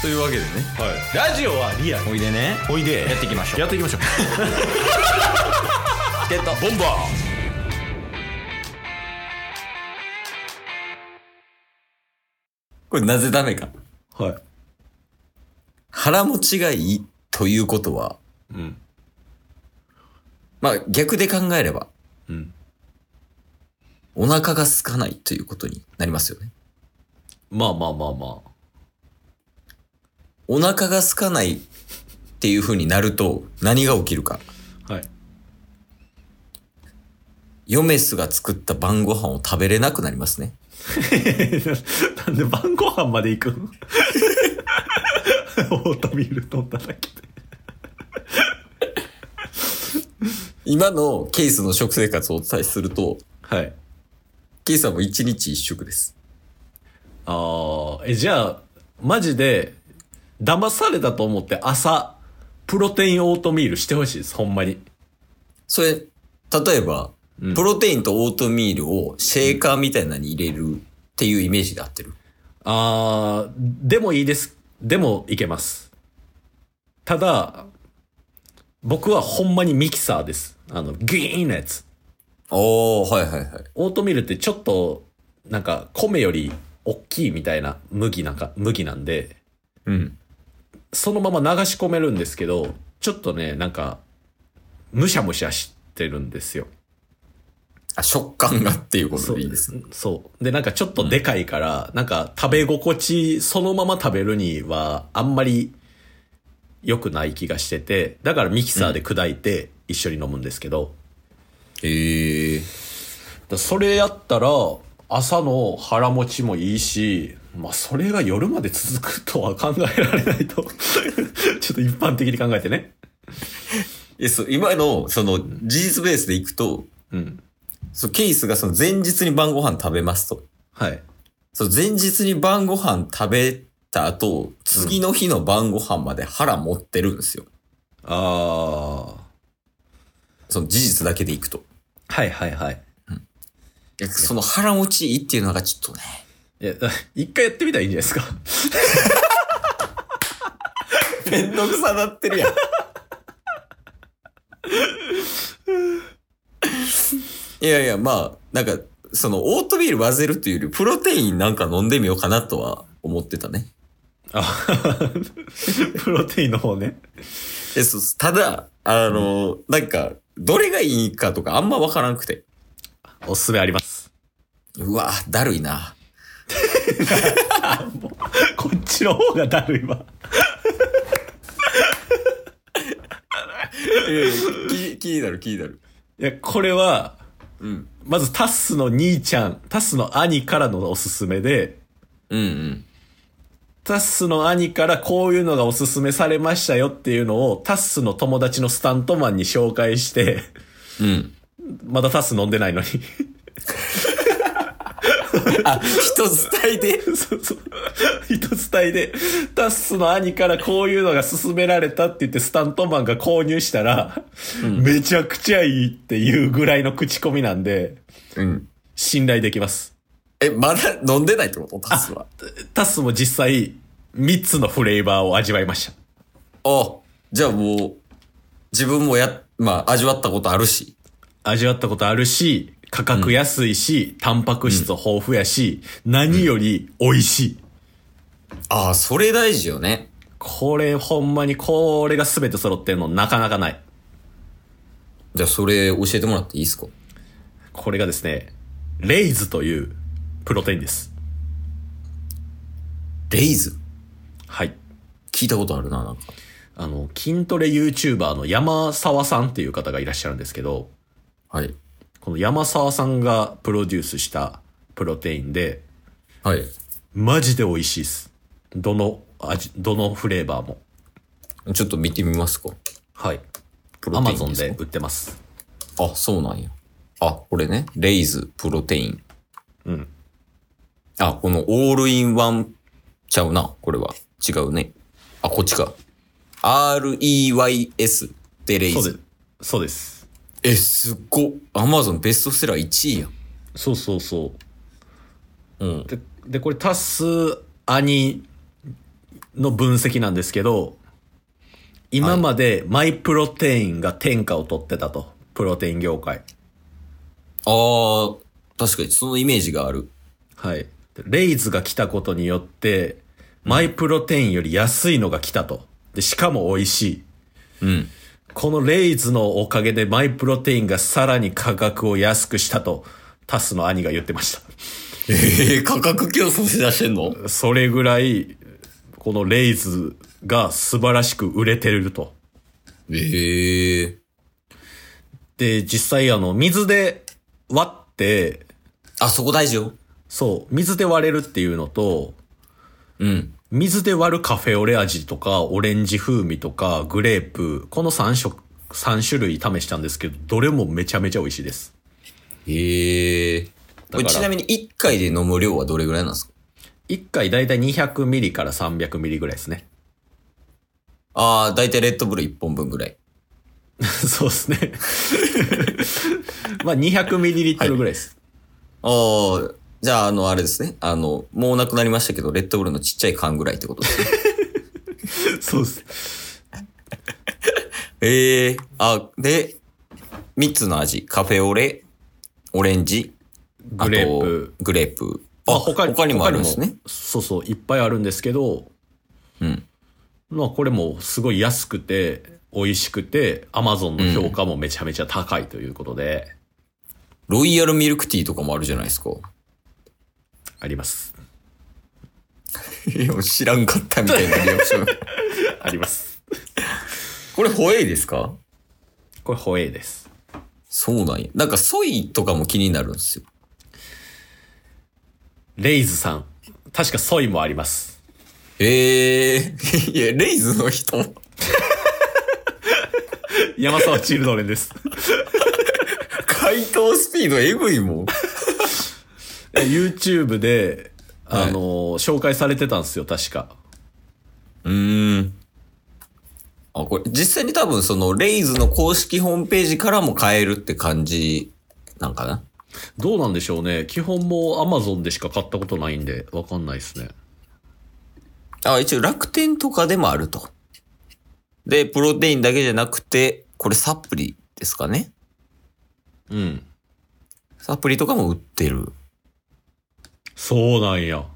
というわけでねはい、ラジオはリアルおいでねおいでやっていきましょうやっていきましょうゲットボンバこれなぜダメかーはい腹持ちがいいということはうんまあ逆で考えればうんお腹が空かないということになりますよねまあまあまあまお腹が空かないっていう風になると何が起きるかあはいヨメスが作った晩ご飯を食べれなくなりますね なんで晩ご飯まで行く のオートミール飲んだだけで今のケイスの食生活をお伝えするとはいケイスはもう一日一食ですああえじゃあマジで騙されたと思って朝プロテインオートミールしてほしいですほんまにそれ例えば、うんプロテインとオートミールをシェーカーみたいなのに入れるっていうイメージで合ってるあーでもいいです。でもいけます。ただ、僕はほんまにミキサーです。あの、グイーンのやつ。おーはいはいはいオートミールってちょっと、なんか、米より大きいみたいな麦なんか、麦なんで、うんそのまま流し込めるんですけど、ちょっとね、なんか、むしゃむしゃしてるんですよ。あ食感がっていうことそうでいいですねそう。で、なんかちょっとでかいから、なんか食べ心地、そのまま食べるには、あんまり良くない気がしてて、だからミキサーで砕いて一緒に飲むんですけど、へえだそれやったら、朝の腹持ちもいいし、まあ、それが夜まで続くとは考えられないと。 ちょっと一般的に考えてね。えそう今のその事実ベースでいくとうん。そうケイスがその前日に晩ご飯食べますとはい。そう前日に晩ご飯食べた後次の日の晩ご飯まで腹持ってるんですよ、ああ。その事実だけでいくとはいはいはい。いやその腹持ちいいっていうのがちょっとねいや 一回やってみたらいいんじゃないですか。 めんどくさなってるやん。いやいや、まあ、なんか、その、オートミール混ぜるというより、プロテインなんか飲んでみようかなとは思ってたね。あプロテインの方ね。えそうただ、あの、なんか、どれがいいかとかあんまわからなくて。おすすめあります。 うわ、だるいな。こっちの方がだるいわ。気気になる気になる。いや、これは、うん。まずタッスの兄ちゃん、タッスの兄からのおすすめで、うんうん。タッスの兄からこういうのがおすすめされましたよっていうのをタッスの友達のスタントマンに紹介して、うん。まだタッス飲んでないのに。 あ、人伝えで。そうそう。人伝いで、タッスの兄からこういうのが勧められたって言ってスタントマンが購入したら、めちゃくちゃいいっていうぐらいの口コミなんで、うん。信頼できます。え、まだ飲んでないってことタスは。タッスも実際、3つのフレーバーを味わいました。あ、じゃあもう、自分もや、まあ、味わったことあるし。味わったことあるし、価格安いし、タンパク質豊富やし、何より美味しい。ああ、それ大事よね。これほんまにこれが全て揃ってんのなかなかない。じゃあ、それ教えてもらっていいですかこれがですね、レイズというプロテインです。レイズはい。聞いたことあるな、なんか。あの、筋トレ YouTuber の山沢さんっていう方がいらっしゃるんですけど、はい。この山沢さんがプロデュースしたプロテインで、はい。マジで美味しいです。どの味、どのフレーバーも。ちょっと見てみますか。はい。プアロテマイゾンンですでか売ってます。あ、そうなんや。あ、これね。レイズ、プロテイン。うん。あ、このオールインワンちゃうな。これは。違うね。あ、こっちか。R-E-Y-S でレイそうでズ。そうです。え、すっご。アマゾンベストセラー1位やん。そうそうそう。うん。で、で、これ、タス、兄、の分析なんですけど、今までマイプロテインが天下を取ってたと。プロテイン業界。ああ、確かにそのイメージがある。はい。レイズが来たことによって、マイプロテインより安いのが来たと。で、しかも美味しい。うん。このレイズのおかげでマイプロテインがさらに価格を安くしたと、タスの兄が言ってましええ価格競争しだしてんのた。それぐらい、このレイズが素晴らしく売れてると。ええで、実際あの、水で割って、あ、そこ大事よ。そう、水で割れるっていうのと、うん。水で割るカフェオレ味とか、オレンジ風味とか、グレープ、この3色、3種類試したんですけど、どれもめちゃめちゃ美味しいです。ええこれだからちなみに1回で飲む量はどれぐらいなんですか1回だいたい200ミリから300ミリぐらいですね。 ああ、だいたいレッドブル1本分ぐらい。そうですね。 まあ200ミリリットルぐらいです。ああ、じゃあ、あの、あれですね。あの、もうなくなりましたけど、レッドブルのちっちゃい缶ぐらいってこと ですね。そうです。ええあ、で、3つの味。カフェオレ、オレンジ、あとグレープ。。グレープ。まあ、あ他にもあるんですね。。そうそう、いっぱいあるんですけど、うん。まあこれもすごい安くて、美味しくて、アマゾンの評価もめちゃめちゃ高いということで、ロイヤルミルクティーとかもあるじゃないですか。あります。 いや、知らんかったみたいなリアクション。あります。 これ、ホエイですかこれ、ホエイです。そうなんや。なんか、ソイとかも気になるんですよ。レイズさん。確かソイもあります。ええ いや、レイズの人。山沢チルドレン です。回答スピードエグいもん。 YouTube で、はいあの紹介されてたんですよ、確か。うーん。あ、これ、実際に多分その、レイズの公式ホームページからも買えるって感じなんかな。どうなんでしょうね。基本も Amazon でしか買ったことないんで、わかんないですね。あ、一応楽天とかでもあると。で、プロテインだけじゃなくて、これサプリですかね。うん。サプリとかも売ってる。そうなんや。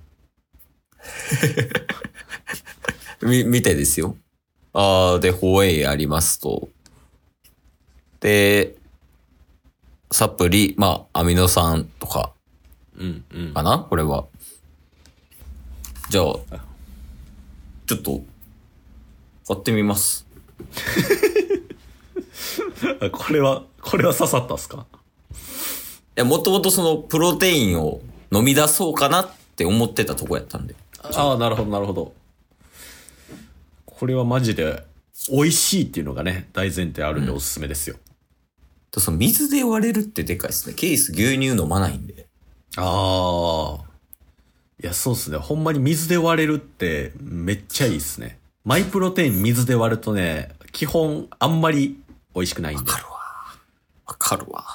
み、みたいですよ。あーで、ホエイありますと。で、サプリ、まあ、アミノ酸とかうん、うん。かなこれは。じゃあ、ちょっと、買ってみます。これは、これは刺さったっすかいや、もともとその、プロテインを飲み出そうかなって思ってたとこやったんで。ああ、なるほど、なるほど。これはマジで、美味しいっていうのがね、大前提あるんでおすすめですよ。とその水で割れるってでかいですね。ケース牛乳飲まないんで。ああ。いや、そうっすね。ほんまに水で割れるって、めっちゃいいっすね。マイプロテイン水で割るとね、基本、あんまり美味しくないんで。わかるわ。わかるわ。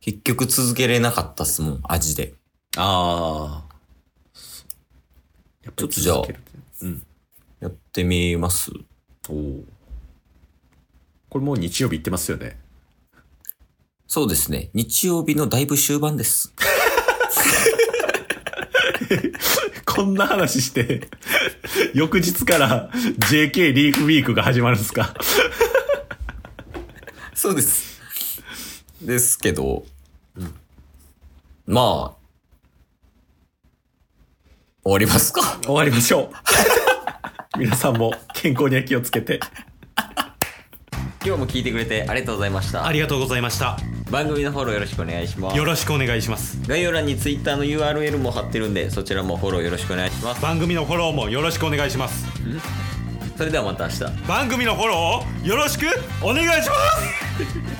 結局続けれなかったっすもん、味で。ああ。やっぱりちょっと続けるってねやってみます。うん。おお。これもう日曜日行ってますよね。そうですね。日曜日のだいぶ終盤です。こんな話して、 翌日から JK リーフウィークが始まるんですか そうです。ですけど、まあ、終わりますか。終わりましょう。皆さんも健康には気をつけて。今日も聞いてくれてありがとうございましたあ。りがとうございました。番組のフォローよろしくお願いしますよ。ろしくお願いします。概要欄に Twitter の URL も貼ってるんで、そちらもフォローよろしくお願いします。番組のフォローもよろしくお願いします。それではまた明日。番組のフォローをよろしくお願いします